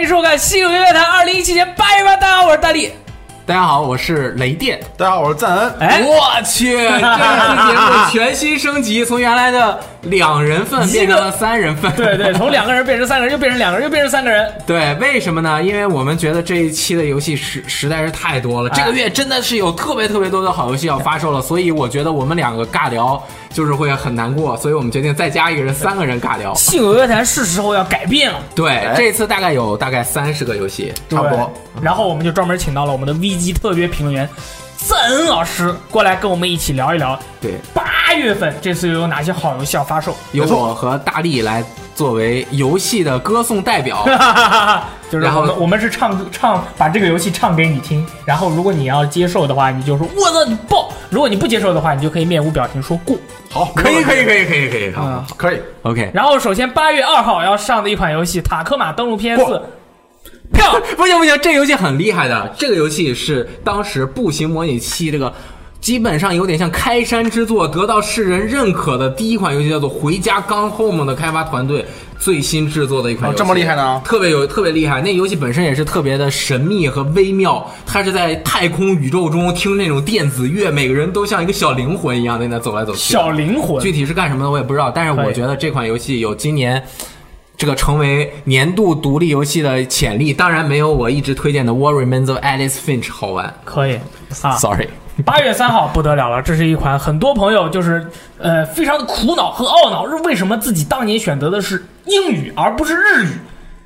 迎收看《西游乐坛》二零一七年八月八，大家好，我是大力。大家好，我是雷电。大家好，我是赞恩。哎，我去，这期节目全新升级，从原来的两人份变成了三人份。对 对，从两个人变成三个人，又变成两个人，又变成三个人。 对，为什么呢？因为我们觉得这一期的游戏实实在是太多了，这个月真的是有特别特别多的好游戏要发售了，所以我觉得我们两个尬聊就是会很难过，所以我们决定再加一个人，三个人尬 聊。西游乐坛是时候要改变了，对，这次大概有大概三十个游戏，差不多对。然后我们就专门请到了我们的 V 级特别评论员赞恩老师过来跟我们一起聊一聊对，八月份这次又有哪些好游戏要发售。 由我和大力来作为游戏的歌颂代表。就是然后我们我们是唱唱把这个游戏唱给你听，然后如果你要接受的话，你就说我操你爆；如果你不接受的话，你就可以面无表情说过。好，可以可以以可以可以可以，好可以， ，OK。然后首先八月二号要上的一款游戏《塔科马登陆 PS 过票 不行不行，这游戏很厉害的，这个游戏是当时《步行模拟器》这个。基本上有点像开山之作，得到世人认可的第一款游戏叫做《回家 Gone Home》的开发团队最新制作的一款游戏，哦这么厉害呢特别有特别厉害。那游戏本身也是特别的神秘和微妙，它是在太空宇宙中听那种电子乐，每个人都像一个小灵魂一样在那走来走去。小灵魂具，体是干什么的我也不知道，但是可我以觉得这款游戏有今年 这个成为年度独立游戏的潜力，当然没有我一直推荐的《What Remains of Alice Finch》好 玩。可以啊。 Sorry，八月三号不得了了，这是一款很多朋友就是呃非常的苦恼和懊恼，为什么自己当年选择的是英语而不是日语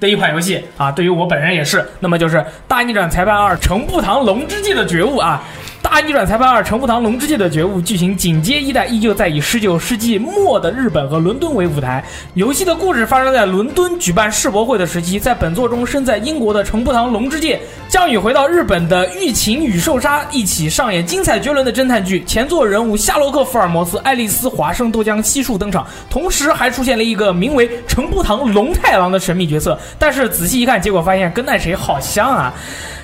的一款游戏啊？对于我本人也是，那么就是《大逆转裁判二：成步堂龙之介的觉悟》啊。《大逆转裁判二：成步堂龙之介的觉悟》剧情紧接一代，依旧在以19世纪末的日本和伦敦为舞台。游戏的故事发生在伦敦举办世博会的时期，在本作中，身在英国的成步堂龙之介将与回到日本的玉琴与寿沙一起上演精彩绝伦的侦探剧。前作人物夏洛克·福尔摩斯、爱丽丝·华盛都将悉数登场，同时还出现了一个名为成步堂龙太郎的神秘角色。但是仔细一看，结果发现跟那谁好像啊！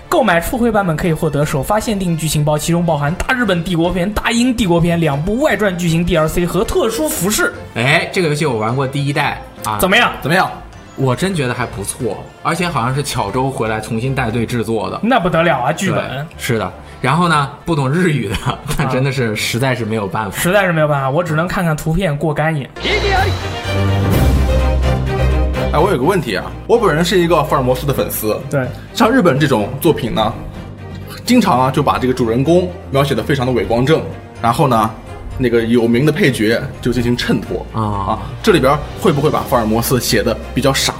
购买初回版本可以获得首发限定剧情包，其中包含《大日本帝国篇》《大英帝国篇》两部外传剧情 DLC 和特殊服饰。哎，这个游戏我玩过第一代啊，怎么样？怎么样？我真觉得还不错，而且好像是巧周回来重新带队制作的。那不得了啊！剧对本是的，然后呢，不懂日语的，那真的是实在是没有办法。实在是没有办法，我只能看看图片过干瘾。哎，我有个问题啊，我本人是一个福尔摩斯的粉丝，对，像日本这种作品呢，经常啊就把这个主人公描写的非常的伟光正，然后呢，那个有名的配角就进行衬托啊啊，这里边会不会把福尔摩斯写的比较傻，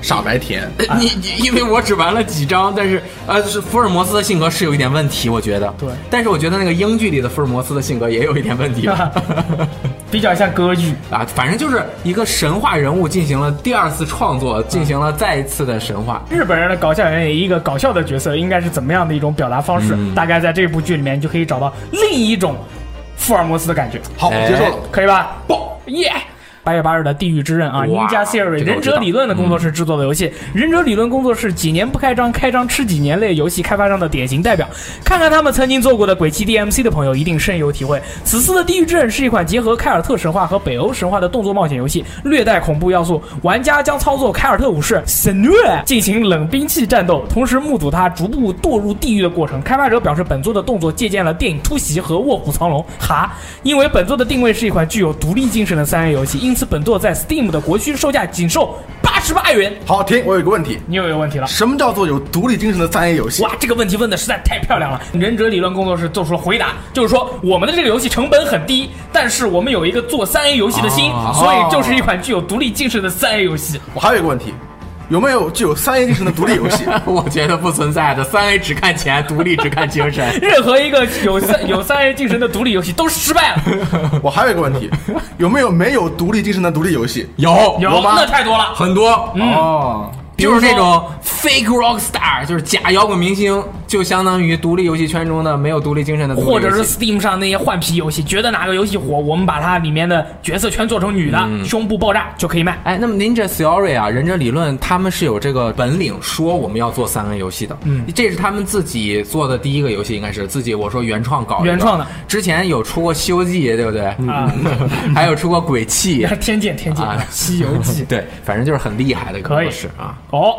傻白甜？呃 你你因为我只玩了几章，但是呃，是福尔摩斯的性格是有一点问题，我觉得。对但是我觉得那个英剧里的福尔摩斯的性格也有一点问题吧。 比较像歌剧。啊，反正就是一个神话人物进行了第二次创作，进行了再一次的神话。 日本人的搞笑演员一个搞笑的角色，应该是怎么样的一种表达方式？大概在这部剧里面，你就可以找到另一种福尔摩斯的感觉，好，哎接受了。可以吧？爆耶！八月八日的《地狱之刃》啊哇，Ninja 这 Theory 个我忍者知道嗯理论的工作室制作的游戏，忍者理论工作室几年不开张，开张吃几年类游戏开发商的典型代表。看看他们曾经做过的鬼泣 DMC 的朋友一定深有体会。此次的《地狱之刃》是一款结合凯尔特神话和北欧神话的动作冒险游戏，略带恐怖要素。玩家将操作凯尔特武士 s e n u e 进行冷兵器战斗，同时目睹他逐步堕入地狱的过程。开发者表示，本作的动作借鉴了电影《突袭》和《卧虎藏龙》。哈，因为本作的定位是一款具有独立精神的三 A 游戏，因此本作在 Steam 的国区售价仅售八十八元。好，停，我有一个问题，你又有问题了。什么叫做有独立精神的三 A 游戏？哇，这个问题问的实在太漂亮了！忍者理论工作室做出了回答，就是说我们的这个游戏成本很低，但是我们有一个做三 A 游戏的心，哦所以就是一款具有独立精神的三 A 游戏。。我还有一个问题，有没有具有三 A 精神的独立游戏？我觉得不存在的，三 A 只看钱，独立只看精神 任何一个有三有三 A 精神的独立游戏都失败了， 我还有一个问 题，有没有没有独立精神的独立游戏？有有吗那太多了。很多，哦，就是那比如种 fake rock star，就是假摇滚明星，就相当于独立游戏圈中的没有独立精神的独立游或戏，者是 Steam 上那些换皮游戏，觉得哪个游戏火，我们把它里面的角色全做成女的，胸部爆炸就可以卖。 哎，那么 Ninja Theory 啊，忍者理论，他们是有这个本领，说我们要做三 A 游戏的。嗯，这是他们自己做的第一个游戏，应该是自己我说原创搞一个原创的。之前有出过《西游记》，对不对？啊 还有出过《鬼泣》 天剑，天剑，啊》西游记对，反正就是很厉害的一个可以模式啊。哦。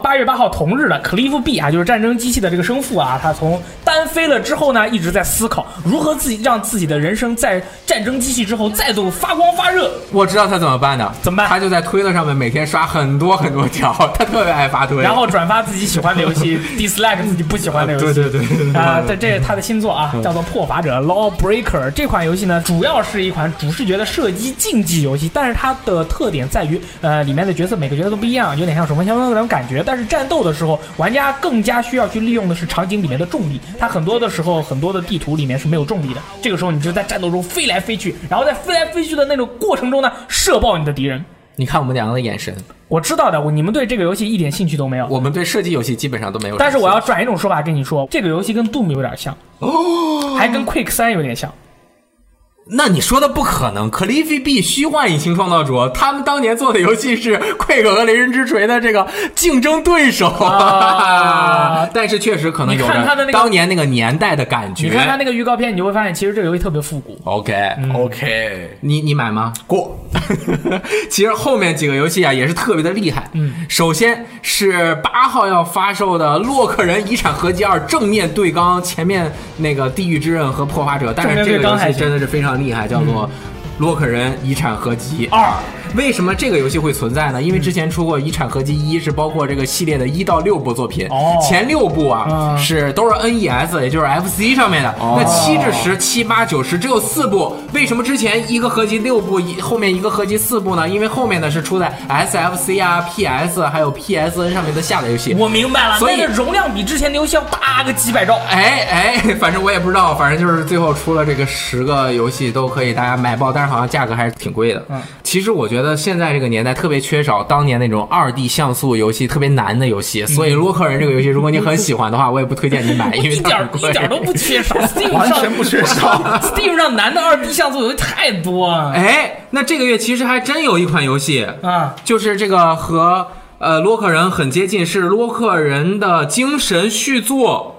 八月八号同日呢，克利夫 ·B 啊，就是战争机器的这个生父啊，他从单飞了之后呢，一直在思考如何自己让自己的人生在战争机器之后再度发光发热。我知道他怎么办的，怎么办他就在推特上面每天刷很多很多条，他特别爱发推。然后转发自己喜欢的游戏，dislike 自己不喜欢的游戏。对对对对对 啊，这这是他的新作啊，叫做《破法者 Lawbreaker》。这款游戏呢，主要是一款主视觉的射击竞技游戏，但是它的特点在于，呃，里面的角色每个角色都不一样，有点像守望相帮的那种感觉。但是战斗的时候，玩家更加需要去利用的是场景里面的重力，它很多的时候，很多的地图里面是没有重力的。这个时候，你就在战斗中飞来飞去，然后在飞来飞去的那种过程中呢，射爆你的敌人。你看我们两个的眼神，我知道的，我你们对这个游戏一点兴趣都没有。我们对射击游戏基本上都没有。但是我要转一种说法跟你说，这个游戏跟 Doom 有点像，哦，还跟 Quick 三有点像。那你说的不可能 c l i f f y B 虚幻引擎创造者，他们当年做的游戏是《快克和雷神之锤》的这个竞争对手，啊 但是确实可能有你看他的那个嗯着当年那个年代的感觉。你看它那个预告片，你就会发现其实这个游戏特别复古。 OK，、 OK，你你买吗？ 过。其实后面几个游戏啊也是特别的厉害。嗯，首先是八号要发售的《洛克人遗产合集二》正面对刚前面那个《地狱之刃》和《破法者》，但是正面这对个刚游还戏行嗯真的是非常厉害，叫做《洛克人遗产合集二》。二，为什么这个游戏会存在呢？因为之前出过《遗产合集一》，是包括这个系列的一到六部作品，哦前六部啊嗯哦是都是 NES，也就是 FC 上面的。那七至十、七八九十只有四部，为什么之前一个合集六部，一后面一个合集四部呢？因为后面的是出在 SFC 啊、PS 还有 PSN 上面的下载游戏。我明白了，所以那个容量比之前的游戏要大个几百兆。哎哎，反正我也不知道，反正就是最后出了这个十个游戏都可以大家买爆，但是好像价格还是挺贵的。嗯，其实我觉得现在这个年代特别缺少当年那种二 D 像素游戏特别难的游戏，所以嗯洛克人这个游戏，如果你很喜欢的话，我也不推荐你买， 因为一它点很哎贵。一点都不缺少，Steam 完上全不缺少 Steam 上男的二 D 像素游戏太多了哎，那这个月其实还真有一款游戏，啊！就是这个和呃洛克人很接近，是洛克人的精神续作。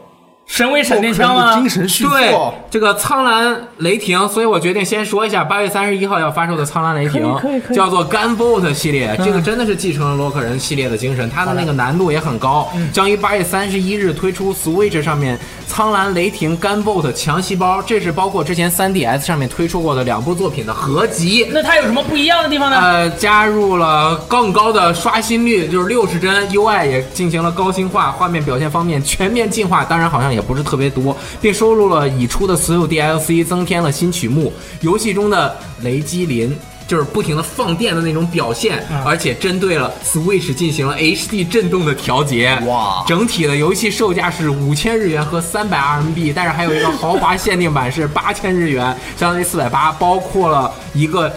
神威闪电枪啊的吗精？神续对作，这个《苍蓝雷霆》，所以我决定先说一下八月三十一号要发售的《苍蓝雷霆可以可以》，可以嗯叫 做 Gunvolt 系列，这个真的是继承了洛克人系列的精神，它的那个难度也很高，嗯将于八月三十一日推出 Switch 上面《苍蓝雷霆》Gunvolt 强细胞，这是包括之前 3DS 上面推出过的两部作品的合集。那它有什么不一样的地方呢？呃，加入了更高的刷新率，就是六十帧，UI 也进行了高清化，画面表现方面全面进化，当然好像也不是特别多，并收录了已出的所有 DLC，增添了新曲目。游戏中的雷基林。就是不停的放电的那种表现，而且针对了 Switch 进行了 HD 震动的调节。哇整体的游戏售价是五千日元和三百 RMB，但是还有一个豪华限定版是 八千日元，相当于四百八，包括了一个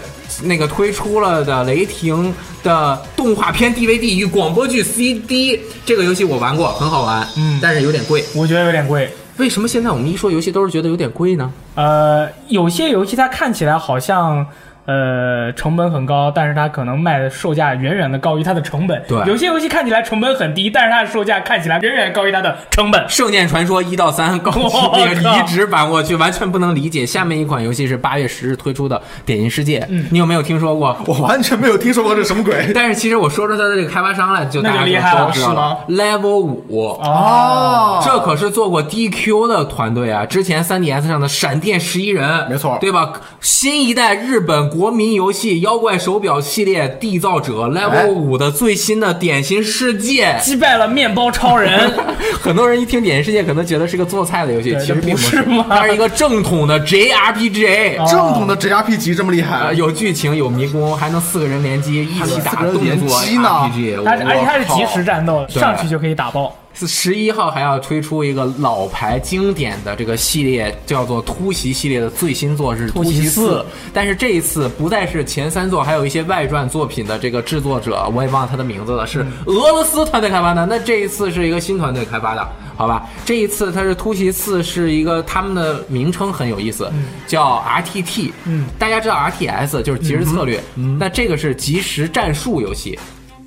那个推出了的雷霆的动画片 DVD 与广播剧 CD。这个游戏我玩过，很好玩，嗯，但是有点贵。我觉得有点贵。为什么现在我们一说游戏都是觉得有点贵呢？呃，有些游戏它看起来好像。呃，成本很高，但是它可能卖的售价远远的高于它的成本。对有些游戏看起来成本很低，但是它的售价看起来远远高于它的成本。《圣剑传说》一到 三高清我靠那个移植版，我去完全不能理解。下面一款游戏是八月十日推出的《点心世界》，你有没有听说过？我完全没有听说过这什么鬼。 但是其实我说出它的这个开发商来，就那大就家厉害了都知道是吗 Level 五。哦这可是做过 DQ 的团队啊！之前 3DS 上的《闪电十一人》，没错对吧？新一代日本国民游戏《妖怪手表》系列缔造者哎 Level 五的最新的《点心世界》 击败了面包超 人，很多人一听《点心世界》可能觉得是个做菜的游戏，对其实并这不是吗它是一个正统的 JRPG，、哦正统的 JRPG 这么厉呃哎害，有剧情，有迷宫，还能四个人联机一起打还能动四个人作联机呢它 RPG，哎是而且它是即时战。战斗，对上去就可以打爆。十一号还要推出一个老牌经典的这个系列，叫做《突袭》系列的最新作是《突突袭四四》，但是这一次不再是前三作，还有一些外传作品的这个制作者，我也忘了他的名字了，是俄罗斯团队开发的。那这一次是一个新团队开发的，好吧？这一次它是《突袭四》，是一个他们的名称很有意思，叫 RTT。嗯，大家知道 RTS 就是即时策略，那这个是即时战术游戏，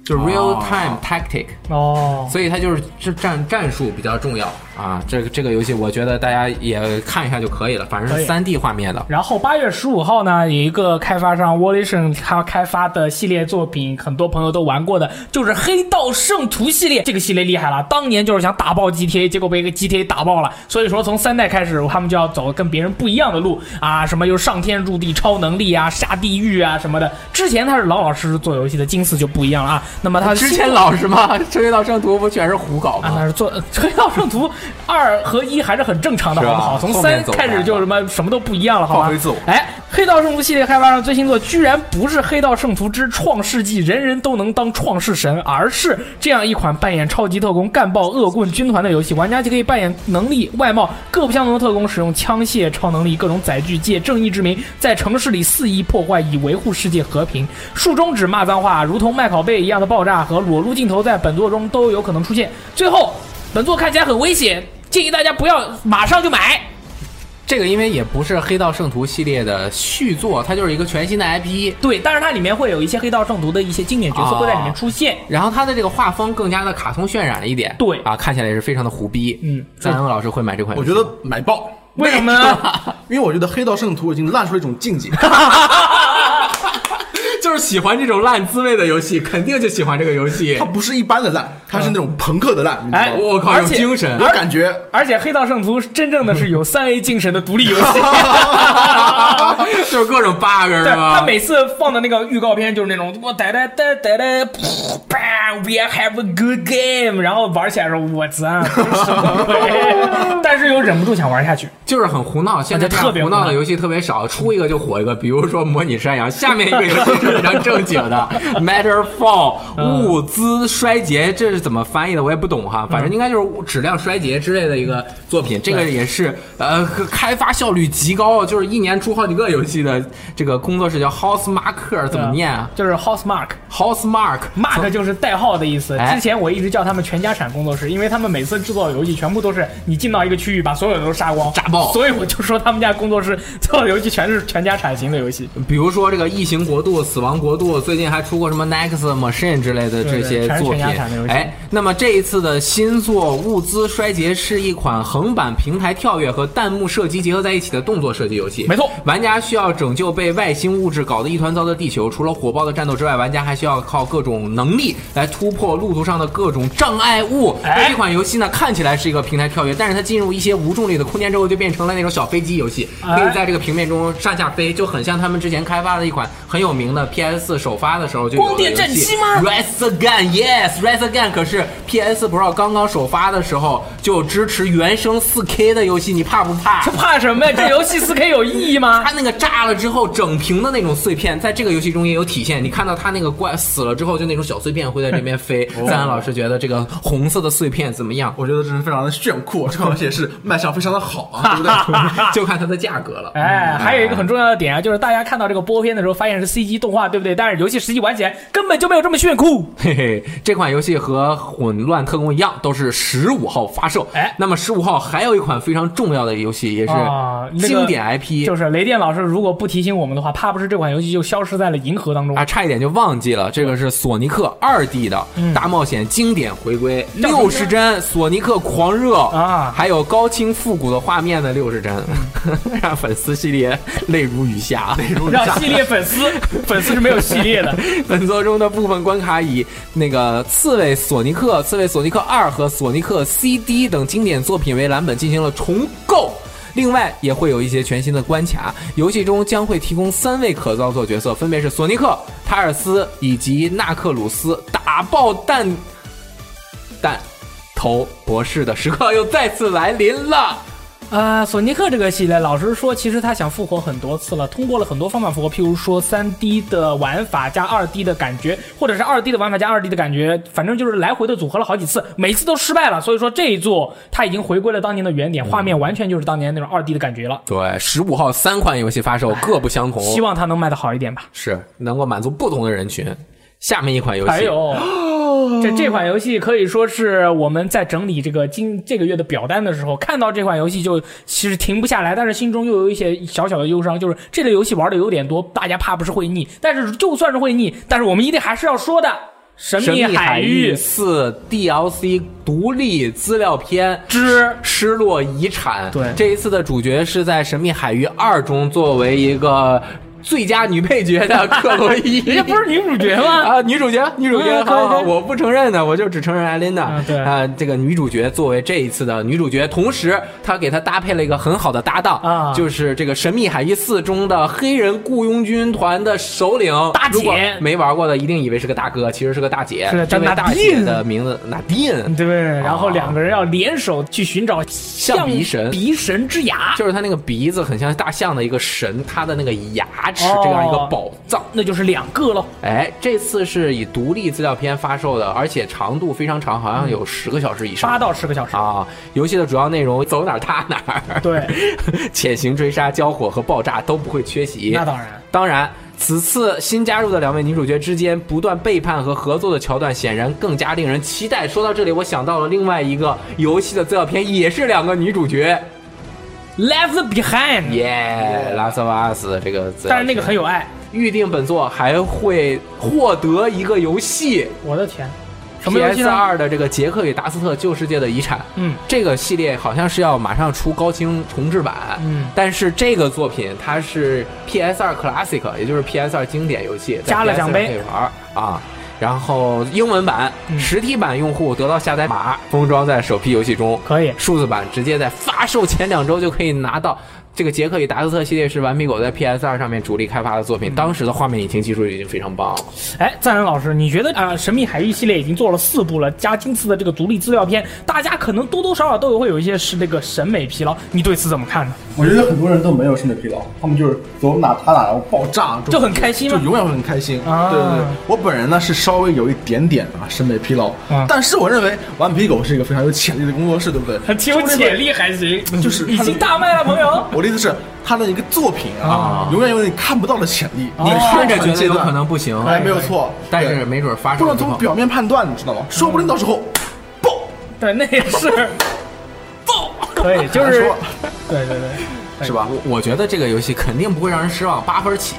就是 Real Time Tactic。哦，所以它就是这战战术比较重要。啊，这个这个游戏我觉得大家也看一下就可以了，反正可是以三 D 画面的。然后八月十五号呢，有一个开发商 Volition 他开发的系列作品，很多朋友都玩过的，就是《黑道圣徒》系列。这个系列厉害了，当年就是想打爆 GTA，结果被一个 GTA 打爆了。所以说从三代开始，他们就要走跟别人不一样的路啊，什么又上天入地、超能力啊、下地狱啊什么的。之前他是老老实实做游戏的，今次就不一样了啊。那么他之前老实吗？ 《追到圣徒》不全是胡搞啊，吗？那是做《 推道圣徒》二和一还是很正常的，是好啊不好？从后面三走吧开始就什么什么都不一样了，好吧？放飞自我哎，《黑道圣徒》系列开发商最新作居然不是《黑道圣徒之创世纪》，人人都能当创世神，而是这样一款扮演超级特工、干爆恶棍军团的游戏。玩家就可以扮演能力、外貌各不相同的特工，使用枪械、超能力、各种载具，借正义之名在城市里肆意破坏，以维护世界和平。竖中指、骂脏话，如同麦考贝一样的爆炸和裸露镜头在本作中都有可能出现。最后，本作看起来很危险，建议大家不要马上就买。这个因为也不是《黑道圣徒》系列的续作，它就是一个全新的 IP。对，但是它里面会有一些黑道圣徒的一些经典啊角色会在里面出现。然后它的这个画风更加的卡通渲染了一点，对啊，看起来也是非常的胡逼。嗯赞恩老师会买这款游我戏，觉得买爆，为什么呢？ 因为我觉得黑道圣徒已经烂出了一种 境界。就是喜欢这种烂滋味的游戏，肯定就喜欢这个游 戏 它。不是一般的烂，它是那种朋克的烂，你知哎道吗？我靠，而有且精神我！感觉而且《黑道圣徒》真正的是有三 A 精神的独立游 戏。就是各种 bug 是对吧？他每次放的那个预告片就是那种我哒哒哒哒哒，bang we have a good game，然后玩起来说我操，什么鬼 但是又忍不住想玩下去。就是很胡闹，现在这样特别胡胡闹闹的游戏特别少，出一个就火一个。比如说《模拟山羊》，下面一个游戏是非常正经的，《Matter Fall》物嗯资衰竭，这是怎么翻译的？我也不懂哈，反正应该就是质量衰竭之类的一个作品。这个也是呃，开发效率极高，就是一年出好几个游戏的这个工作室叫 House Mark，怎么嗯念啊就是 House Mark。 ？House Mark。 Mark 就是代号的意思。哎之前我一直叫他们全家产工作室，因为他们每次制作游戏全部都是你进到一个区域把所有的都杀光，炸爆所以我就说他们家工作室做的游戏全是全家产型的游 戏。比如说这个《异形国度》《死亡国度》，最近还出过什么《Next Machine》之类的这对对全些作品是全家产的游。戏哎，那么这一次的新作《物资衰竭》是一款横版平台跳跃和弹幕射击结合在一起的动作射击游戏。没错玩家需要拯救被外星物质搞得一团糟的地球。除了火爆的战斗之外，玩家还需要靠各种能力来突破路途上的各种障碍物。哎那这款游戏呢，看起来是一个平台跳跃，但是它进入一些无重力的空间之后，就变成了那种小飞机游戏，哎可以在这个平面中上下飞，就很像他们之前开发的一款很有名的 PS 首发的时候就有的光电战机吗游戏 Rise Again, yes, Rise Again。可是 PS Pro 刚刚首发的时候就支持原生 4K 的游戏，你怕不怕这？怕什么呀？这游戏 4K 有意义吗 它？那个炸了之后，整屏的那种碎片，在这个游戏中也有体现。你看到它那个怪死了之后，就那种小碎片会在这边飞。哦赞恩老师觉得这个红色的碎片怎么样？我觉得真是非常的炫酷，啊这款游戏也是卖相非常的好啊，对不对？ 就看它的价格了。嗯哎，还有一个很重要的点啊，就是大家看到这个播片的时候，发现是 CG 动画，对不对？但是游戏实际玩起来根本就没有这么炫酷。嘿嘿，这款游戏和《混乱特工》一样，都是十五号发售。哎那么十五号还有一款非常重要的游戏，也是啊那个经典 IP，、就是雷电老师如果不提醒我们的话，怕不是这款游戏就消失在了银河当中啊，。差一点就忘记了，这个是索尼克二 D 的嗯大冒险经典回归，叫什么六十帧索尼克狂热啊还有高清复古的画面的六十帧， 让粉丝系列泪如雨下。嗯 让系列粉 丝，粉丝是没有系列的。本作中的部分关卡以那个《刺猬索尼克》《刺猬索尼克二》和《索尼克 CD》等经典作品为蓝本进行了重构。另外也会有一些全新的关卡，游戏中将会提供三位可操作角色，分别是索尼克、塔尔斯以及纳克鲁斯。打爆弹弹头博士的时刻又再次来临了。呃，索尼克这个系列，老实说，其实他想复活很多次了，通过了很多方法复活，譬如说三 D 的玩法加二 D 的感觉，或者是二 D 的玩法加二 D 的感觉，反正就是来回的组合了好几次，每次都失败了。所以说这一座他已经回归了当年的原点，画面完全就是当年那种二 D 的感觉了。对，十五号三款游戏发售，各不相同，希望它能卖的好一点吧。是能够满足不同的人群。下面一款游戏，还 有，这这款游戏可以说是我们在整理这个今这个月的表单的时候，看到这款游戏就其实停不下来，但是心中又有一些小小的忧伤，就是这类游戏玩的有点多，大家怕不是会腻，但是就算是会腻，但是我们一定还是要说的。神神秘海域四》DLC 独立资料片之失落遗产。对这一次的主角是在《神秘海域二》中作为一个最佳女配角的克洛 伊，人家不是女主角吗？啊，女主角，女主角，嗯可以好好，可以我不承认的，我就只承认艾琳娜嗯。对啊，这个女主角作为这一次的女主角，同时她给她搭配了一个很好的搭档啊就是这个《神秘海域四》中的黑人雇佣军团的首领大姐如果没玩过的一定以为是个大哥，其实是个大姐，是的叫因为大姐 Nadine 的名字纳丁，对，然后两个人要联手去寻找象鼻神鼻神之牙，就是她那个鼻子很像大象的一个神，她的那个牙齿哦这样一个宝藏。那就是两个喽。哎，这次是以独立资料片发售的，而且长度非常长，好像有十个小时以上八。到十个 小时。啊，游戏的主要内容走哪儿踏哪儿，对， 潜行、追杀、交火和爆炸都不会缺席。那当 然，当然，此次新加入的两位女主角之间不断背叛和合作的桥段，显然更加令人期待。说到这里，我想到了另外一个游戏的资料片，也是两个女主角， Left Behind，、耶，《拉斯瓦斯》这个资料片。但是那个很有爱。预定本作还会获得一个游戏我的天，什么游戏，PS 呢？二的这个《杰克与达斯特：旧世界的遗产》。嗯，这个系列好像是要马上出高清重制版，嗯但是这个作品它是 PS 二 Classic，也就是 PS 二经典游戏，在加了 PS2 奖杯可以玩啊。然后英文版、嗯实体版用户得到下载码，封装在首批游戏中，可以数字版直接在发售前两周就可以拿到。这个《杰克与达斯特》系列是顽皮狗在 PS 二上面主力开发的作嗯品，当时的画面引擎技术已经非常棒了。哎，赞恩老师，你觉得啊、神秘海域》系列已经做了四部了，加今次的这个独立资料片，大家可能多多少少都有会有一些是那个审美疲劳，你对此怎么看呢？我觉得很多人都没有审美疲劳，他们就是走哪踏哪，然后爆炸，就很开心就吗？永远会很开心。啊对对对，我本人呢是稍微有一点点啊审美疲劳，啊但是我认为顽皮狗是一个非常有潜力的工作室，对不对？很 挺有潜力，还行，就是已经大卖了，朋友。我的意思是，他的一个作品啊啊，永远有你看不到的潜力。哦你看着觉看得阶有段可能不行，哎，没有错，但是对没准发售不能之从后表面判断，你知道吗？说不定到时候爆。 对，那也 是爆， 可以， 就难是说对对对，是吧？我我觉得这个游戏肯定不会让人失望，八分起，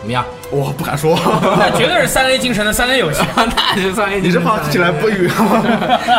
怎么样？ 我不敢说， 那绝对是三 A 精神的三 A 游戏。那就算 你这怕起来不语 吗？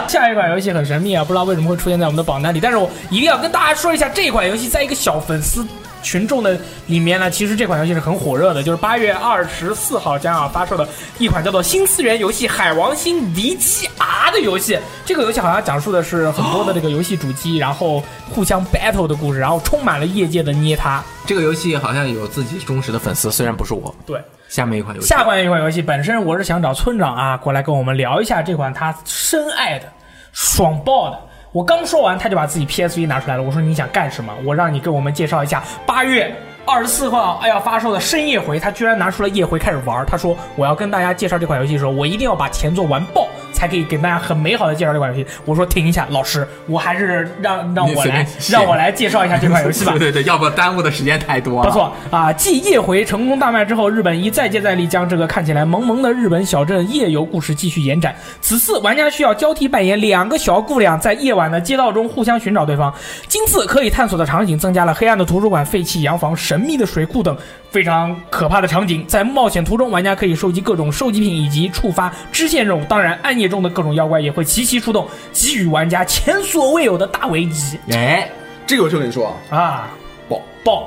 下一款游戏很神秘啊，不知道为什么会出现在我们的榜单里，但是我一定要跟大家说一下，这款游戏在一个小粉丝群众的里面呢，其实这款游戏是很火热的，就是八月二十四号将要发售的一款叫做《新次元游戏海王星 V 七 R》的游戏。这个游戏好像讲述的是很多的这个游戏主机，然后互相 battle 的故事，然后充满了业界的捏他。这个游戏好像有自己忠实的粉丝，虽然不是我。对，下面一款游戏， 下款一款游戏，本身我是想找村长啊过来跟我们聊一下这款他深爱的、爽爆的。我刚说完，他就把自己 PSV 拿出来了。我说你想干什么？我让你给我们介绍一下八月二十四号哎呀发售的《深夜回》，他居然拿出了夜回开始玩。他说我要跟大家介绍这款游戏的时候，我一定要把前作玩爆，才可以给大家很美好的介绍这款游戏。我说停一下，老师，我还是让让我来你随便。让我来介绍一下这款游戏吧对 对，要不耽误的时间太多了。不，错啊！继《夜回》成功大卖之后，日本一再接再厉将这个看起来萌萌的日本小镇夜游故事继续延展。此次玩家需要交替扮演两个小姑娘，在夜晚的街道中互相寻找对方。今次可以探索的场景增加了黑暗的图书馆、废弃洋房、神秘的水库等非常可怕的场景。在冒险途中，玩家可以收集各种收集品以及触发支线任务。当然，暗夜中的各种妖怪也会齐齐出动，给予玩家前所未有的大危机哎，这个我就跟你说啊，啊！爆。爆，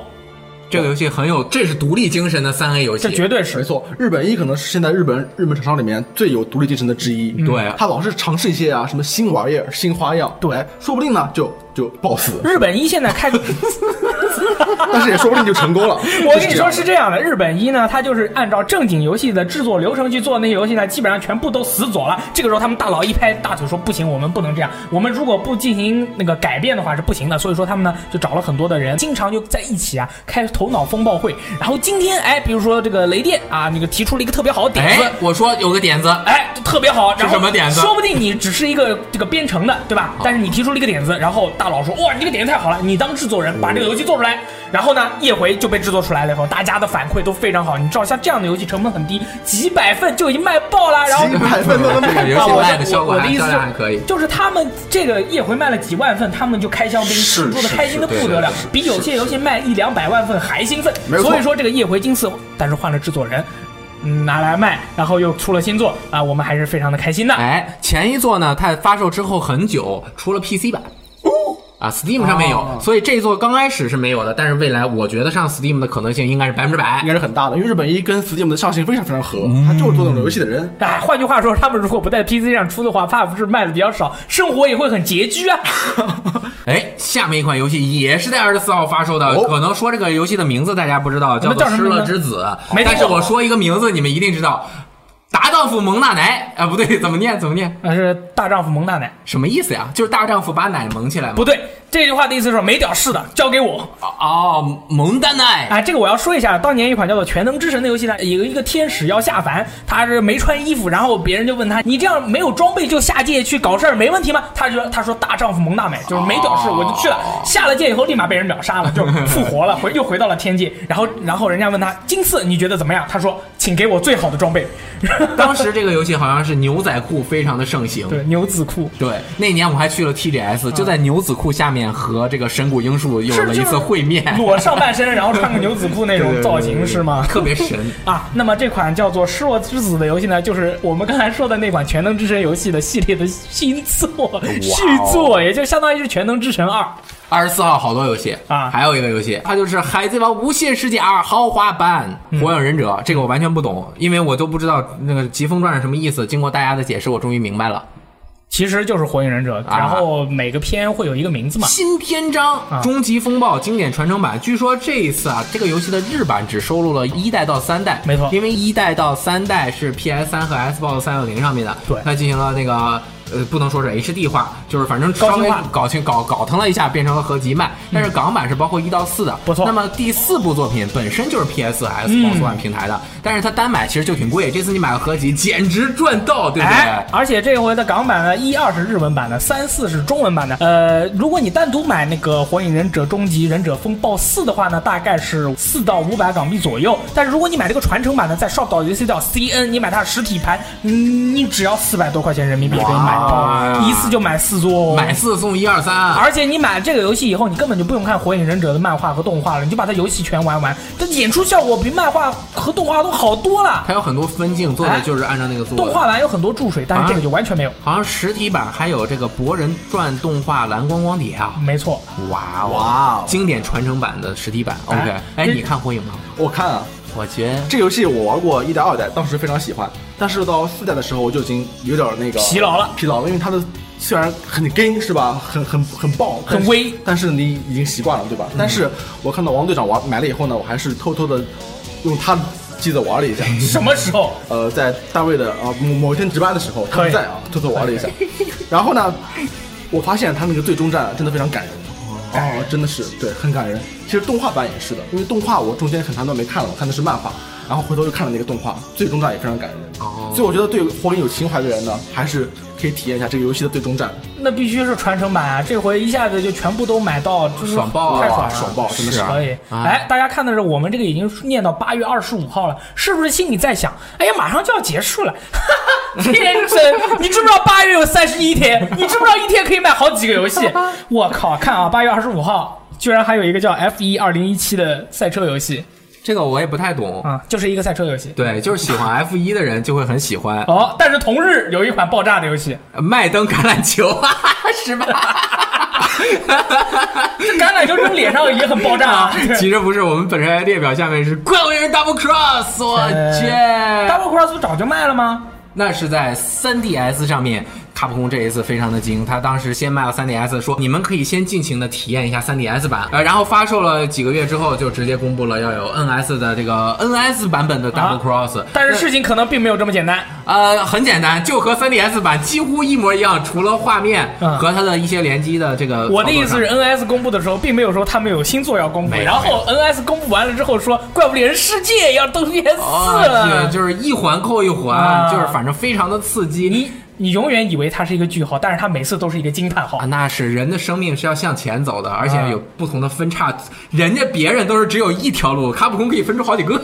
这个游戏很有，这是独立精神的三 A 游戏。这绝对是没错，日本一可能是现在日本日本厂商里面最有独立精神的之一。对他老是尝试一些啊什么新玩意儿、新花样，对哎，说不定呢就就爆死，日本一现在开。但是也说不定就成功了。 我跟你说就是这样的，日本一呢，它就是按照正经游戏的制作流程去做那些游戏呢，基本上全部都死左了。这个时候他们大佬一拍大腿说不行，我们不能这样，我们如果不进行那个改变的话是不行的。所以说他们呢就找了很多的人，经常就在一起啊开头脑风暴会。然后今天哎，比如说这个雷电啊，那个提出了一个特别好的点子哎。，我说有个点子，哎，特别好，然后什么点子说不定你只是一个这个编程的，对吧？但是你提出了一个点子，然后大佬说：“哇，你这个点子太好了，你当制作人把这个游戏做出来。”然后呢，夜回就被制作出来了以后，大家的反馈都非常好。你知道，像这样的游戏成本很低，几百份就已经卖爆了。然后几百份都能这个 卖游戏爆，卖的效果我的还意思销是量还可以。就是他们这个夜回卖了几万份，他们就开香槟，是庆祝的开心的不得了是是是，比有些游戏卖一两百万份还兴奋没。错所以说这个夜回今次，但是换了制作人，嗯拿来卖，然后又出了新作啊，我们还是非常的开心的。哎，前一座呢，它发售之后很久出了 PC 版。哦啊，Steam 上面有，所以这一座刚开始是没有的，但是未来我觉得上 Steam 的可能性应该是百分之百应。该是很大的，因为日本一跟 Steam 的上限非常非常合，他就是做那种游戏的人。哎，换句话说，他们如果不在 PC 上出的话，PUB 是卖的比较少，生活也会很拮据啊。哎，下面一款游戏也是在二十四号发售的，哦可能说这个游戏的名字大家不知道，叫做叫《什失么名字乐之子没》，但是错我说一个名字，你们一定知道，达道夫蒙纳奶啊，不对，怎么念？怎么念？那是大丈夫蒙大奶，什么意思呀？就是大丈夫把奶蒙起来吗？不对，这句话的意思是没屌事的，交给我。哦，蒙蛋奶。哎，这个我要说一下，当年一款叫做《全能之神》的游戏呢，有一个天使要下凡，他是没穿衣服，然后别人就问他：“你这样没有装备就下界去搞事儿没问题吗？”他就他说：“大丈夫蒙大美，就是没屌事，我就去了。下了界以后，立马被人秒杀了，就 复活了，回又回到了天界。然后然后人家问他：“金次你觉得怎么样？”他说：“请给我最好的装备。 当时这个游戏好像是牛仔裤非常的盛行。”对，牛仔裤。对，那年我还去了 TGS，就在牛仔裤下面和这个神谷英树有嗯是了一次会面，裸上半身，然后穿个牛仔裤那种造型是吗？ 特别神。啊，那么这款叫做《失落之子》的游戏呢，就是我们刚才说的那款《全能之神》游戏的系列的新作、续作，也就相当于是《全能之神二》。二十四号好多游戏啊还有一个游戏，它就是《海贼王无限世界二豪华版嗯火影忍者》，这个我完全不懂，因为我都不知道那个疾风传是什么意思。经过大家的解释，我终于明白了。其实就是火影忍者，啊然后每个篇会有一个名字嘛。新篇章《啊终极风暴》经典传承版，据说这一次啊，这个游戏的日版只收录了一代到三代，没错因为一代到三代是 PS 三和 Xbox 三六零上面的，对它进行了那个。呃，不能说是 HD 化，就是反正稍高微清化嗯搞清搞搞腾了一下，变成了合集卖。但是港版是包括一到四的，不错嗯那么第四部作品本身就是 PS、Xbox One 平台的，但是它单买其实就挺贵。这次你买个合集，简直赚到，对不对？哎，而且这回的港版呢，一二是日文版的，三四是中文版的。呃，如果你单独买那个《火影忍者终极忍者风暴四》的话呢，大概是四到五百港币左右。但是如果你买这个传承版呢，在 shop.jc.cn 你买它的实体盘，嗯，你只要四百多块钱人民币可以买哇到，一次就买四座、哦，买四送一二三，啊而且你买了这个游戏以后，你根本就不用看《火影忍者》的漫画和动画了，你就把它游戏全玩完，这演出效果比漫画和动画都好多了。它有很多分镜做的就是按照那个做的。哎动画版有很多注水，但是这个就完全没有。好像实体版还有这个《博人传》动画蓝光光碟啊！没错，哇哦哇哦经典传承版的实体版。哎 OK，哎，这你看火影吗？我看啊，我觉得这游戏我玩过一代、二代，当时非常喜欢，但是到四代的时候我就已经有点那个疲劳了疲劳了，因为它的虽然很跟是吧，很很很爆，很但是微，嗯但是你已经习惯了对吧？但是我看到王队长玩买了以后呢，我还是偷偷的用他的机子玩 了一下。什么时候？呃，在单位的啊某某一天值班的时候，他可以不在啊，偷偷玩了一下。 然后呢，我发现他那个最终战真的非常感人。哦，真的是，对，很感人。其实动画版也是的，因为动画我中间很长段没看了，我看的是漫画，然后回头又看了那个动画，最终战也非常感人。哦所以我觉得对火影有情怀的人呢，还是可以体验一下这个游戏的最终战，那必须是传承版啊！这回一下子就全部都买到，就是爽爆啊太爽了，爽爆，真的是是啊可以，啊哎，大家看的是我们这个已经念到八月二十五号了，是不是心里在想，哎呀，马上就要结束了， 哈哈，天真，你知不知道八月有三十一天？你知不知道一天可以买好几个游 戏？我靠，看啊，八月二十五号。居然还有一个叫 F 1 2 0 1 7的赛车游戏这个我也不太懂。啊、就是一个赛车游戏对，就是喜欢 F 一的人就会很喜欢哦。但是同日有一款爆炸的游戏， 麦登橄榄球， 哈哈哈是吧？这橄榄球扔脸上也很爆炸啊。其实不是，我们本来列表下面是《怪物猎人 Double Cross》，我哎去， Double Cross 不早就卖了吗？那是在 3DS 上面。卡普空这一次非常的精，他当时先卖了 3DS，说你们可以先尽情的体验一下 3DS 版，呃，然后发售了几个月之后，就直接公布了要有 NS 的这个 NS 版本的 Double 啊 Cross，、但是事情可能并没有这么简单。呃，很简单，就和 3DS 版几乎一模一样，除了画面嗯和它的一些联机的这个。我的意思是，NS 公布的时候，并没有说他们有新作要公布，没有然后 NS 公布完了之后说《怪物猎人世界》要登 PS 四啊，了。就是一环扣一环，啊就是反正非常的刺激。你你永远以为它是一个句号，但是它每次都是一个惊叹号 啊，。那是人的生命是要向前走的，而且有不同的分叉。人家别人都是只有一条路，卡普空可以分出好几个。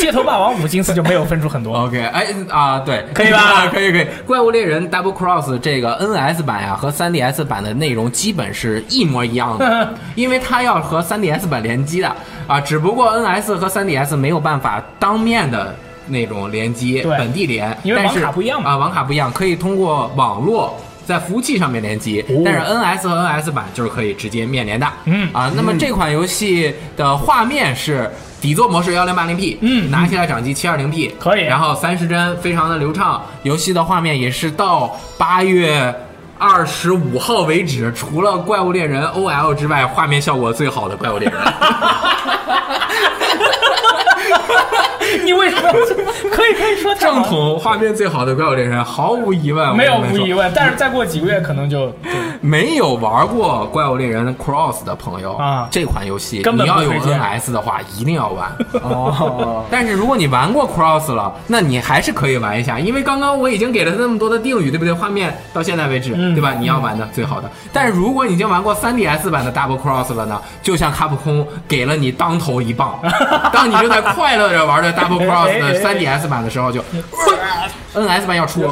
街头霸王五星四就没有分出很多。 OK，哎啊，对，可以吧啊 可以可以。怪物猎人 Double Cross 这个 NS 版呀、和 3DS 版的内容基本是一模一样 的，因为它要和 3DS 版联机的啊，只不过 NS 和 3DS 没有办法当面的那种联机，对本地连，因为但是网卡不一样嘛啊，网卡不一样，可以通过网络。在服务器上面联机，哦但是 NS 和 NS 版就是可以直接面连的。嗯啊，那么这款游戏的画面是底座模式幺零八零 P，嗯拿起来掌机七二零 P，可以然后三十帧，非常的流畅。游戏的画面也是到八月二十五号为止，除了《怪物猎人》OL 之外，画面效果最好的《怪物猎 人》。 你为什么要可以可以说太好正了统画面最好的《怪物猎人》，毫无疑问，没有我跟无你说疑问，但是再过几个月可能就没有玩过《怪物猎人 Cross》的朋友啊这款游戏根你本不要推有荐 NS 的话，一定要玩。 哦，但是如果你玩过 Cross 了，那你还是可以玩一下，因为刚刚我已经给了那么多的定语，对不对？画面到现在为止，嗯对吧？你要玩的最好的。但是如果你已经玩过 3DS 版的 Double Cross 了呢，就像卡普空给了你当头一 棒，当你正在快乐着玩着 Double 哎 Cross 的 3DS 版的时候就，NS 版要出，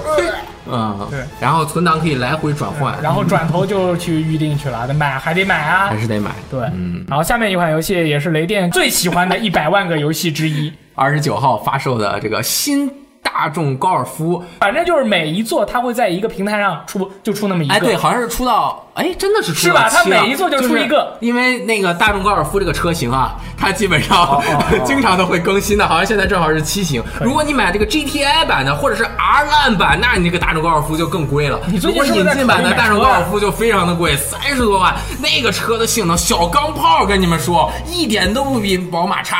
嗯，对然后存档可以来回转换，然后转头就去预定去了，得买还得买啊还。是得买。对，嗯，然后下面一款游戏也是雷电最喜欢 的一百万个游戏之一，二十九号发售的这个新大众高尔夫。反正就是每一座它会在一个平台上出，就出那么一个。哎，对，好像是出到，哎，真的是出是到吧它七了每一座就出一个，是因为那个大众高尔夫这个车型啊， 它基本哦上 经常都会更新的，好像现在正好是七型。如果你买这个 GTI 版的或者是 R 烂版，那你这个大众高尔夫就更贵了。你最近如果是不是引在进版的考虑买大众车高啊尔夫就非常的贵，三十多万，那个车的性能，小钢炮跟你们说，一点都不比宝马差。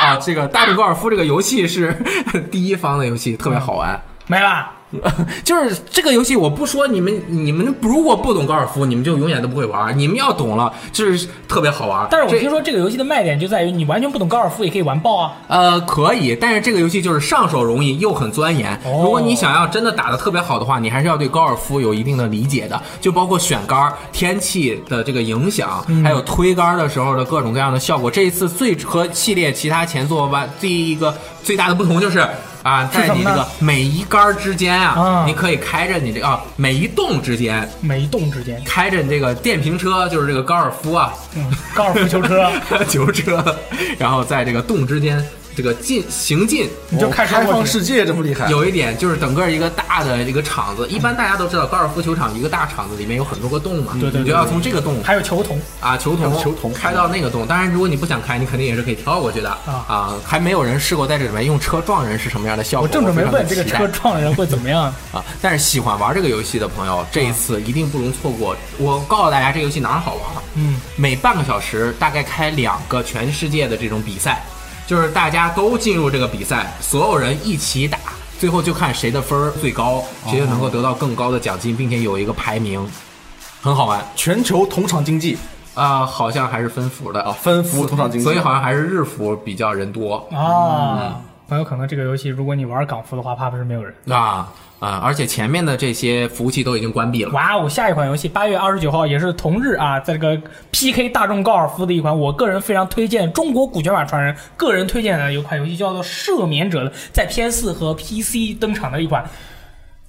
啊，这个大众高尔夫这个游戏是 第一方的游戏，特别好玩。没啦， 就是这个游戏，我不说你们，你们如果不懂高尔夫，你们就永远都不会玩。你们要懂了，就是特别好玩。但是我这听说这个游戏的卖点就在于你完全不懂高尔夫也可以玩爆啊。呃，可以，但是这个游戏就是上手容易又很钻研。哦如果你想要真的打得特别好的话，你还是要对高尔夫有一定的理解的，就包括选杆儿、天气的这个影响，嗯还有推杆儿的时候的各种各样的效果。这一次最和系列其他前作完第一个最大的不同就是。啊，是在什你么呢这个每一杆儿之间啊，啊你可以开着你这个啊每一洞之间，每一动之间，开着这个电瓶车，就是这个高尔夫啊，嗯，高尔夫球 车球车，然后在这个洞之间这个进行进。你就哦开车开过放去。世界这么厉害，有一点就是整个一个大的一个场子，一般大家都知道高尔夫球场一个大场子里面有很多个洞嘛，对对对你就要从这个洞还有球童，啊球还筒有球筒开到那个洞。当然，如果你不想开，你肯定也是可以跳过去的啊啊。还没有人试过在这里面用车撞人是什么样的效果，我正准备非常地问这个期待车撞人会怎么样。啊！但是喜欢玩这个游戏的朋友，这一次一定不容错过。我告诉大家，这个游戏哪儿好玩儿？嗯，每半个小时大概开两个全世界的这种比赛，就是大家都进入这个比赛，所有人一起打，最后就看谁的分儿最高，谁就能哦够得到更高的奖金，并且有一个排名，很好玩。全球同场竞技啊、好像还是分服的哦啊，，分服同场竞技，所以好像还是日服比较人多啊，很有可能这个游戏，如果你玩港服的话，怕不是没有人。啊啊！而且前面的这些服务器都已经关闭了。哇哦，下一款游戏八月二十九号也是同日啊，在这个 PK 大众高尔夫的一款，我个人非常推荐中国古卷马传人个人推荐的有一款游戏叫做《赦免者》的，在 PS 4和 PC 登场的一款。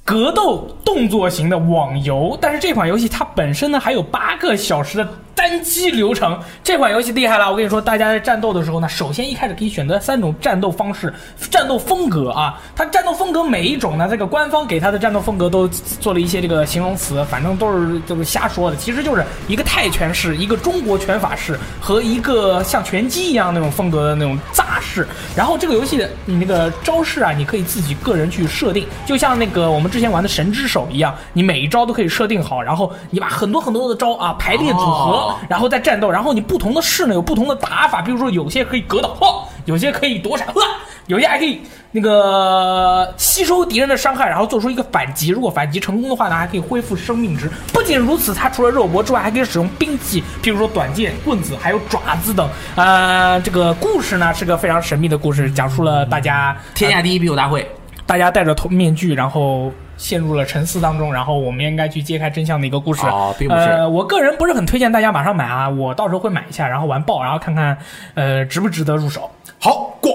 格斗动作型的网游，但是这款游戏它本身呢还有八个小时的单机流程。这款游戏厉害了，我跟你说，大家在战斗的时候呢，首先一开始可以选择三种战斗方式、战斗风格啊。它战斗风格每一种呢，这个官方给它的战斗风格都做了一些这个形容词，反正都是就是瞎说的，其实就是一个泰拳式、一个中国拳法式和一个像拳击一样那种风格的那种扎式。然后这个游戏的你那个招式啊，你可以自己个人去设定，就像那个我们之前玩的神之手一样，你每一招都可以设定好，然后你把很多很多的招啊排列组合，哦然后再战斗。然后你不同的式呢有不同的打法，比如说有些可以格挡，哦，有些可以躲闪，呵，有些还可以那个吸收敌人的伤害，然后做出一个反击。如果反击成功的话呢，还可以恢复生命值。不仅如此，它除了肉搏之外，还可以使用兵器，譬如说短剑、棍子，还有爪子等。呃，这个故事呢是个非常神秘的故事，讲述了大家天下第一比武大会，大家戴着头面具，然后陷入了沉思当中，然后我们应该去揭开真相的一个故事。哦并不是呃，我个人不是很推荐大家马上买啊，我到时候会买一下，然后玩爆，然后看看呃值不值得入 手。好过，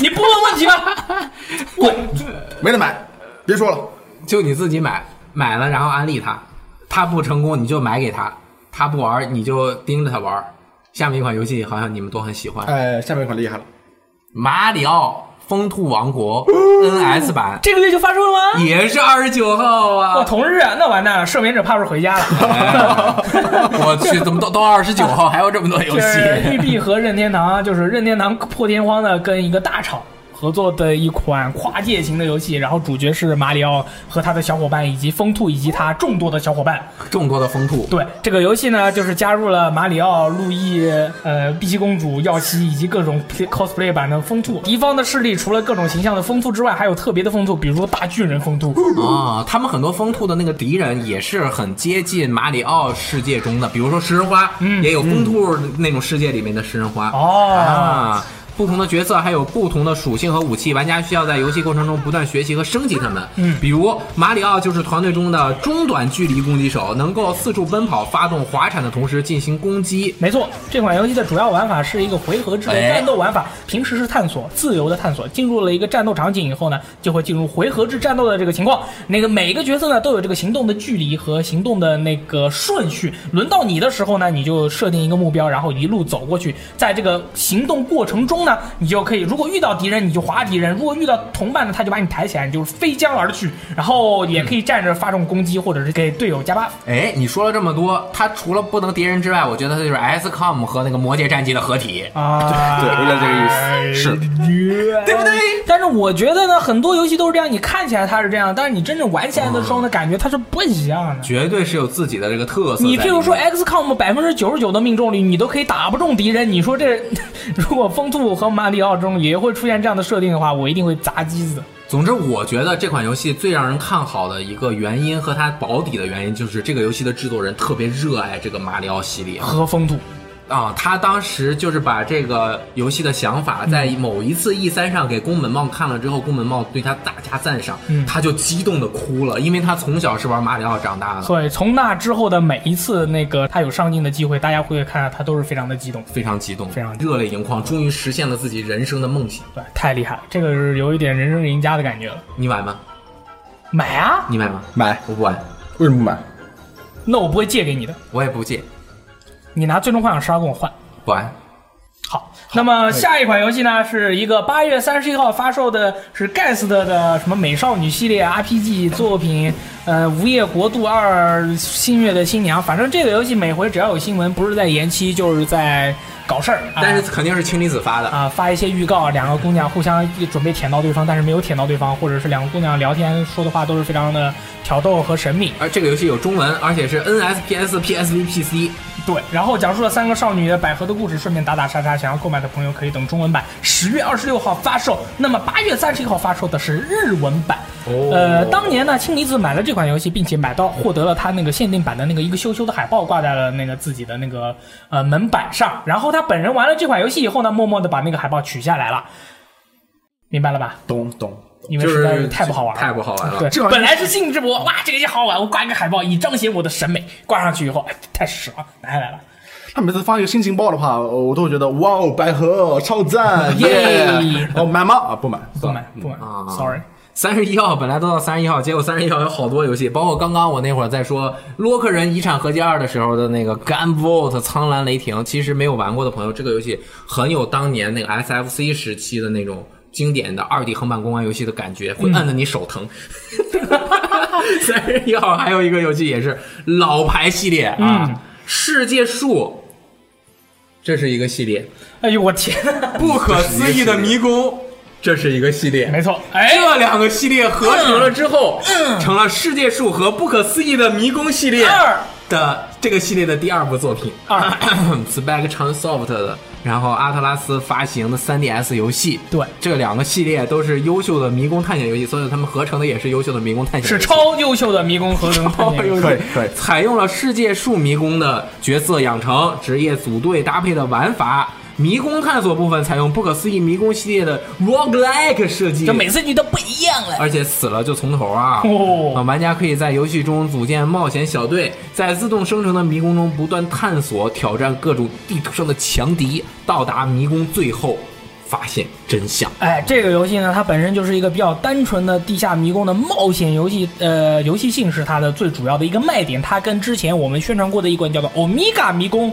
你不问问题吗？我没得买，别说了，就你自己买，买了然后安利他，他不成功你就买给他，他不玩儿你就盯着他玩儿。下面一款游戏好像你们都很喜欢，哎，下面一款厉害了，马里奥风兔王国 NS 版，这个月就发售了吗？也是二十九号我啊！同日啊，那完蛋了，赦免者怕是回家了。 哎 我去，怎么到到二十九号还有这么多游就戏？是育碧和任天堂，就是任天堂破天荒的跟一个大厂合作的一款跨界型的游戏，然后主角是马里奥和他的小伙伴，以及风兔以及他众多的小伙伴。众多的风兔，对这个游戏呢，就是加入了马里奥、路易、呃碧琪公主、耀西以及各种 play- cosplay 版的风兔。敌方的势力除了各种形象的风兔之外，还有特别的风兔，比如说大巨人风兔。啊，他们很多风兔的那个敌人也是很接近马里奥世界中的，比如说食人花，也有风兔那种世界里面的食人花。嗯哦啊，不同的角色还有不同的属性和武器，玩家需要在游戏过程中不断学习和升级他们。嗯，比如马里奥就是团队中的中短距离攻击手，能够四处奔跑、发动滑铲的同时进行攻击。没错，这款游戏的主要玩法是一个回合制的哎战斗玩法，平时是探索，自由的探索。进入了一个战斗场景以后呢，就会进入回合制战斗的这个情况。那个每一个角色呢都有这个行动的距离和行动的那个顺序。轮到你的时候呢，你就设定一个目标，然后一路走过去。在这个行动过程中呢，你就可以，如果遇到敌人你就划敌人，如果遇到同伴呢，他就把你抬起来，你就是飞将而去。然后也可以站着发动攻击，或者是给队友加 buff。哎，你说了这么多，它除了不能敌人之外，我觉得它就是 SCOM 和那个《魔界战记》的合体。啊， 对有点这个意思是对不对？但是我觉得呢，很多游戏都是这样，你看起来它是这样，但是你真正玩起来的时候呢，感觉它是不一样的。绝对是有自己的这个特色在里你面。譬如说 XCOM 百分之九十九的命中率，你都可以打不中敌人。你说这 如果风兔和马里奥中也会出现这样的设定的话，我一定会砸机子。总之，我觉得这款游戏最让人看好的一个原因和它保底的原因，就是这个游戏的制作人特别热爱这个马里奥系列和风兔，啊。他当时就是把这个游戏的想法在嗯某一次 E 3上给宫本茂看了之后，宫本茂对他大加赞赏，嗯他就激动的哭了，因为他从小是玩马里奥长大的，所以从那之后的每一次那个他有上映的机会，大家会看他都是非常的激动。非常激动，非常激热泪盈眶，终于实现了自己人生的梦想。对，太厉害了，这个是有一点人生赢家的感觉了。你买吗？买啊，你买吗？买，我不玩，为什么不买？那我不会借给你的，我也不借，你拿《最终幻想十二》跟我换。不玩。好，那么下一款游戏呢，是一个八月三十一号发售的，是 Guest 的的什么美少女系列 RPG 作品，呃，《无夜国度二：新月的新娘》。反正这个游戏每回只要有新闻，不是在延期，就是在搞事儿。啊但是肯定是氢离子发的，啊、发一些预告，两个姑娘互相准备舔到对方，但是没有舔到对方，或者是两个姑娘聊天说的话都是非常的挑逗和神秘。而这个游戏有中文，而且是 NS、PS、PSV、PC。对，然后讲述了三个少女的百合的故事，顺便打打杀杀。想要购买的朋友可以等中文版，十月二十六号发售。那么八月三十一号发售的是日文版。哦呃，当年呢，氢离子买了这款游戏，并且买到获得了它那个限定版的那个一个羞羞的海报，挂在了那个自己的那个呃门板上。然后他本人玩了这款游戏以后呢，默默的把那个海报取下来了，明白了吧？懂懂。因为就实在是是太不好玩了，太不好玩了。对这，款 本来是兴致勃勃，哇，这个游戏好好玩，我挂一个海报以彰显我的审美。挂上去以后，哎，太爽，拿下来了。他每次发一个心情报的话，我都会觉得哇哦，百合超赞， 耶！哦，买吗？啊，不买，不买不买啊，sorry。三十一号本来都到三十一号，结果三十一号有好多游戏，包括刚刚我那会儿在说《洛克人遗产合集二》的时候的那个《Gunvolt》苍蓝雷霆，其实没有玩过的朋友，这个游戏很有当年那个 SFC 时期的那种经典的二 D 横版公关游戏的感觉，会按的你手疼。三十一号还有一个游戏也是老牌系列啊，世界树》，这是一个系列，哎呦我天， 不可思议的迷宫，这是一个系列，没错，哎，这两个系列合成了之后，成了《世界树》和《不可思议的迷宫》系列二的这个系列的第二部作品。 二 Spectrum Soft 的，然后阿特拉斯发行的 3DS 游戏。对这两个系列都是优秀的迷宫探险游戏，所以他们合成的也是优秀的迷宫探险游是戏。超优秀的迷宫合成哦 探险游戏。可以可以采用了世界树迷宫的角色养成、职业组队搭配的玩法。迷宫探索部分采用不可思议迷宫系列的 roguelike 设计，就每次你都不一样了。而且死了就从头啊！哦啊玩家可以在游戏中组建冒险小队，在自动生成的迷宫中不断探索、挑战各种地图上的强敌，到达迷宫最后发现真相。哎，这个游戏呢，它本身就是一个比较单纯的地下迷宫的冒险游戏，呃，游戏性是它的最主要的一个卖点。它跟之前我们宣传过的一款叫做《欧米伽迷宫》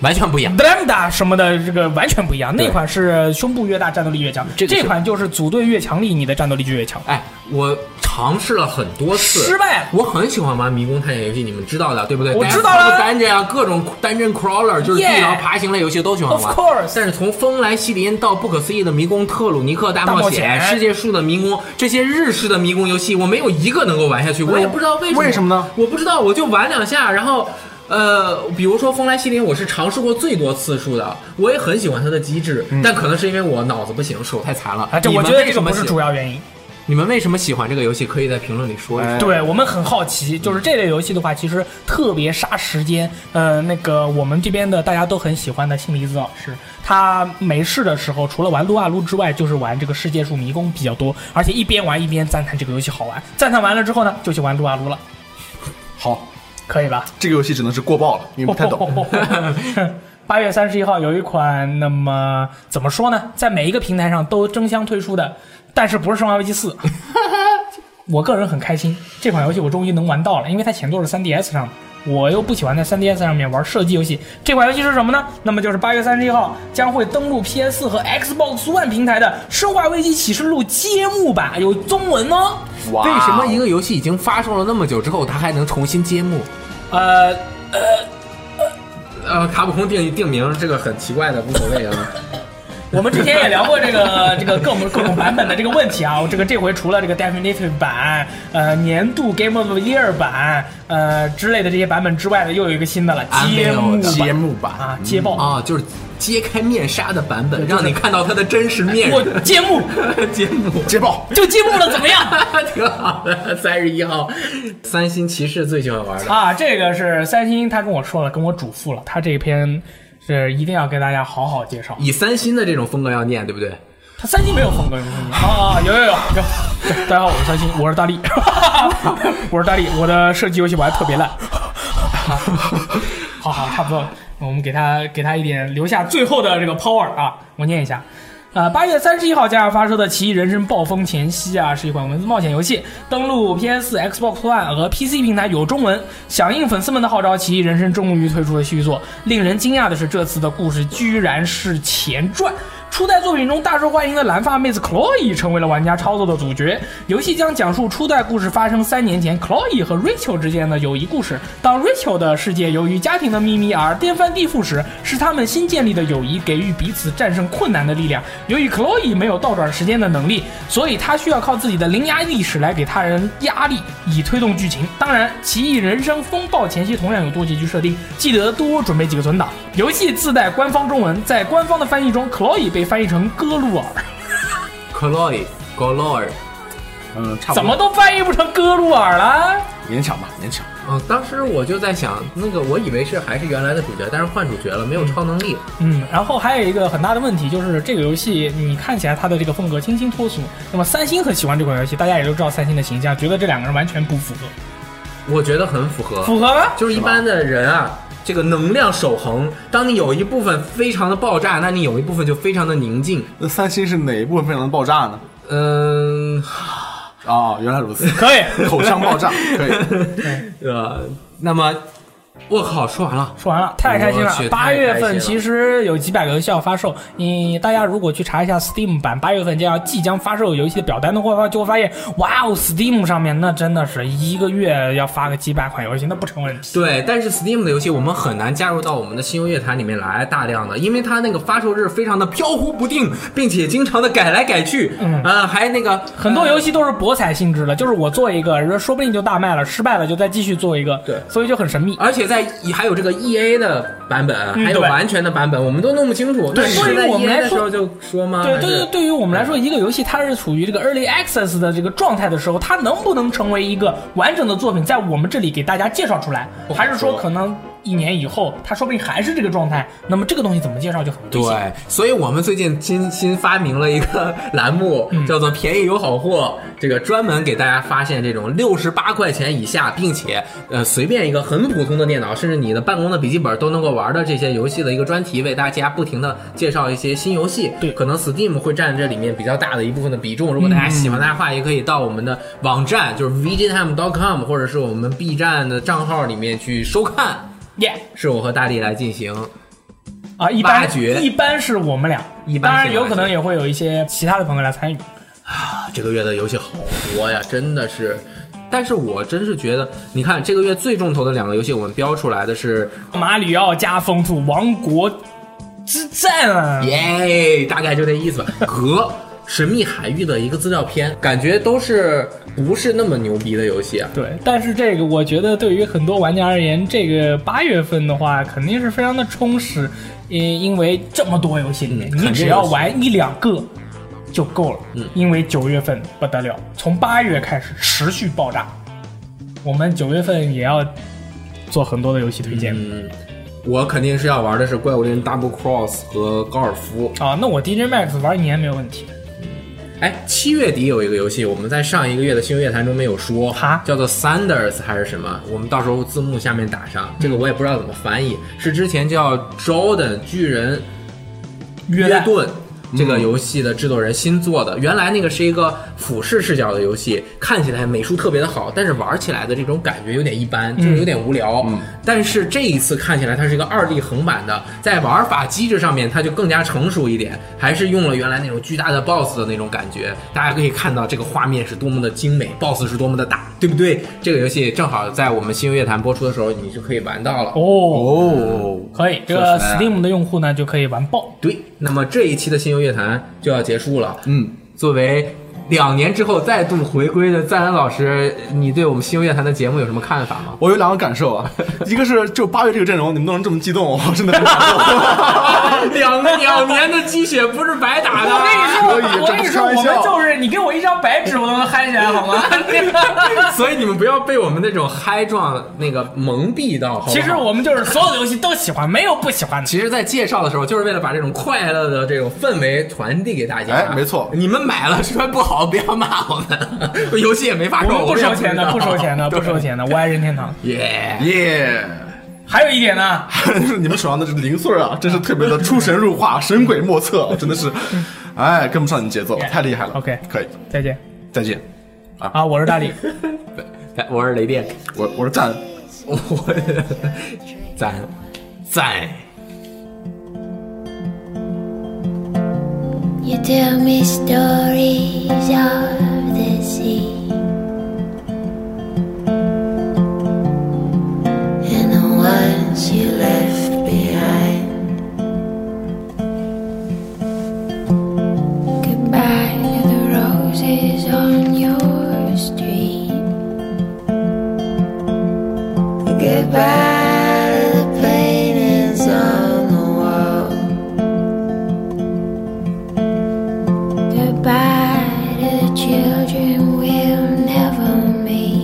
完全不一样。 Lambda 什么的，这个完全不一样。那款是胸部越大，战斗力越强；这个是款就是组队越强力，你的战斗力就越强。哎，我尝试了很多次，失败了我很喜欢玩迷宫探险游戏，你们知道的，对不对？我知道了单人啊，各种单人 crawler 就是地 Yeah 牢爬行类游戏都喜欢 Of 玩。 course，但是从《风来西林》到《不可思议的迷宫》、《特鲁尼克大冒大险》冒险世界树的迷宫》这些日式的迷宫游戏，我没有一个能够玩下去。我也不知道为什么，为什么呢？我不知道，我就玩两下，然后。呃，比如说《风来西林》，我是尝试过最多次数的，我也很喜欢它的机制，但可能是因为我脑子不行，手太残了。嗯啊，这你我们觉得为这个什么不是喜主要原因。你们为什么喜欢这个游戏？可以在评论里说一说。对我们很好奇，就是这类游戏的话，其实特别杀时间。呃，那个我们这边的大家都很喜欢的心理子老师，他没事的时候除了玩撸啊撸之外，就是玩这个世界树迷宫比较多，而且一边玩一边赞叹这个游戏好玩。赞叹完了之后呢，就去玩撸啊撸了，好，可以吧？这个游戏只能是过爆了，因为不太懂。 八月三十一号有一款，那么怎么说呢，在每一个平台上都争相推出的，但是不是《生化危机 四》。我个人很开心，这款游戏我终于能玩到了，因为它前作是 3DS 上的，我又不喜欢在 3DS 上面玩射击游戏。这款游戏是什么呢？那么就是八月三十一号将会登陆 PS 和 Xbox One 平台的《生化危机启示录》揭幕版，有中文哦。哇为什么一个游戏已经发售了那么久之后，它还能重新揭幕？呃，呃，卡普空定定名这个很奇怪的，无所谓啊。 我们之前也聊过这个这个各种各种版本的这个问题啊，我这个这回除了这个 definitive 版、呃年度 game of the year 版、呃之类的这些版本之外呢，又有一个新的了， 啊没揭有幕揭版幕版啊，揭爆，啊，就是揭开面纱的版本，让你看到它的真实面我容。揭幕 揭幕接爆，就揭幕了，怎么样？ 挺好的，三十一号，三星骑士最喜欢玩的。啊，这个是三星，他跟我说了，跟我嘱咐了，他这篇是一定要给大家好好介绍。以三星的这种风格要念，对不对？他三星没有风格，有没有风格啊，啊有有有有。对 大家好，我是三星，我是大 力，我是大力，我的射击游戏玩的特别烂。 好好，差不多了，我们给他给他一点留下最后的这个 power 啊，我念一下。呃，八月三十一号加上发售的《奇异人生暴风前夕》啊，是一款文字冒险游戏，登陆 PS、Xbox One 和 PC 平台有中文。响应粉丝们的号召，《奇异人生》终于推出了续作。令人惊讶的是，这次的故事居然是前传。初代作品中大受欢迎的蓝发妹子 Chloe 成为了玩家操作的主角。游戏将讲述初代故事发生三年前 Chloe 和 Rachel 之间的友谊故事。当 Rachel 的世界由于家庭的秘密而天翻地覆时，是他们新建立的友谊给予彼此战胜困难的力量。由于 Chloe 没有倒转时间的能力，所以她需要靠自己的伶牙俐齿来给他人压力，以推动剧情。当然，《奇异人生风暴前夕》同样有多结局设定，记得多准备几个 存档。游戏自带官方中文，在官方的翻译中，Chloe 被翻译成哥路尔，克洛伊。g o l o r 嗯，差不怎多，么都翻译不成哥路尔了？勉强吧，勉强。嗯，当时我就在想，那个我以为是还是原来的主角，但是换主角了，没有超能力。嗯，然后还有一个很大的问题就是，这个游戏你看起来它的这个风格清新脱俗。那么三星很喜欢这款游戏，大家也都知道三星的形象，觉得这两个人完全不符合，我觉得很符合，符合吗？，就是一般的人啊，这个能量守恒。当你有一部分非常的爆炸，那你有一部分就非常的宁静。那三星是哪一部分非常的爆炸呢？嗯，哦，原来如此可以，口腔爆炸可以。呃，那么我靠，说完了。说完了，太开心我去了！八太月开心份了其实有几百个游戏要发售，你大家如果去查一下 Steam 版八月份将要即将发售游戏的表单的话，就会发现，哇哦，Steam 上面那真的是一个月要发个几百款游戏，那不成问题。对，但是 Steam 的游戏我们很难加入到我们的新游乐坛里面来，大量的，因为它那个发售日非常的飘忽不定，并且经常的改来改去，嗯，啊，还那个很多游戏都是博彩性质的，就是我做一个，说不定就大卖了，失败了就再继续做一个，对所以就很神秘。而且在还有这个 E A 的版本，还嗯有对完全的版本，我们都弄不清楚。对那你对是于在我 E 们 A 来的时说候就说吗？对，还对是于对于我们来说，一个游戏它是处于这个 early access 的这个状态的时候，它能不能成为一个完整的作品，在我们这里给大家介绍出来，不好还是说哦说可能一年以后，它说不定还是这个状态？那么这个东西怎么介绍就很危险。对，所以我们最近新新发明了一个栏目，叫做“便宜有好货”，这个专门给大家发现这种六十八块钱以下，并且呃随便一个很普通的电脑，甚至你的办公的笔记本都能够玩的这些游戏的一个专题，为大家不停的介绍一些新游戏。对可能 Steam 会占这里面比较大的一部分的比重。如果大家喜欢它的话，也可以到我们的网站，就是 vgtime.com，或者是我们 B 站的账号里面去收看。耶是我和大力来进行啊，一挖般掘一般是我们俩，一般当是然有可挖能掘也会有一些其他的朋友来参与。啊这个月的游戏好多呀，真的是。但是我真是觉得，你看这个月最重头的两个游戏，我们标出来的是，马里奥加风兔王国之战啊，耶，大概就这意思吧。 和神秘海域的一个资料片，感觉都是不是那么牛逼的游戏啊。对，但是这个我觉得对于很多玩家而言，这个八月份的话肯定是非常的充实，因因为这么多游戏里面，嗯肯你定只要玩一两个就够了。嗯因为九月份不得了，从八月开始持续爆炸，我们九月份也要做很多的游戏推荐。嗯，我肯定是要玩的是怪物猎人 Double Cross 和高尔夫。啊，那我 DJ Max 玩一年没有问题。哎，七月底有一个游戏，我们在上一个月的星月谈中没有说哈，叫做 Sanders 还是什么？我们到时候字幕下面打上，这个我也不知道怎么翻译，是之前叫 Jordan 巨人约约旦顿这个游戏的制作人新做的。原来那个是一个俯视视角的游戏，看起来美术特别的好，但是玩起来的这种感觉有点一般，就是有点无聊。嗯但是这一次看起来它是一个二 D 横版的，在玩法机制上面它就更加成熟一点，还是用了原来那种巨大的 BOSS 的那种感觉。大家可以看到这个画面是多么的精美，BOSS 是多么的大，对不对？这个游戏正好在我们新月坛播出的时候，你就可以玩到了。哦，哦，可以，这说个起来 Steam 的用户呢就可以玩爆。对，那么这一期的新游乐坛就要结束了。嗯，作为两年之后再度回归的赞恩老师，你对我们新游乐坛的节目有什么看法吗？我有两个感受啊，一个是就八月这个阵容，你们都能这么激动，我真的很感动。 两两年的积雪不是白打的。啊 我跟你说，我所跟你说，我以这不是开玩笑们就是你给我一张白纸，我都能嗨起来，好吗？所以你们不要被我们那种嗨状那个蒙蔽到。好不好 其实我们就是所有的游戏都喜欢，没有不喜欢的。其实，在介绍的时候，就是为了把这种快乐的这种氛围传递给大家。哎没错你们买了说不好，不要骂我们。 游戏也没发售，我们不也收钱的，知道不收钱的，不收。钱的，我爱任天堂。对耶、 耶！还有一点呢， 你们手上的这零碎儿啊，真是特别的出神入化，神鬼莫测，真的是，哎，跟不上你节奏，太厉害了。 OK 可以，再见再见。啊！我是大力，哎我是雷电，我我是赞。 我 赞赞。 You tell me stories of the sea. And the ones you left behind. Goodbye to the roses on your street. Goodbye to the paintings on the wall. Goodbye to the children we'll never meet.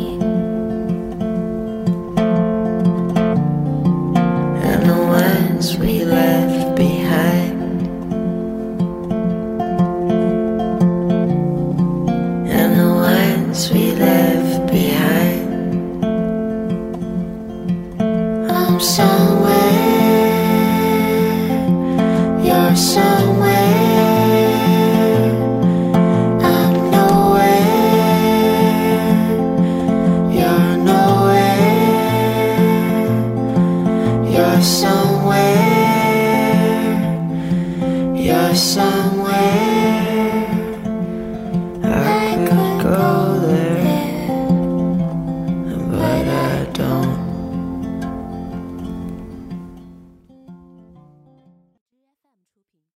And the ones we left behind. And the ones we left behind. I'm somewhere, you're somewhere.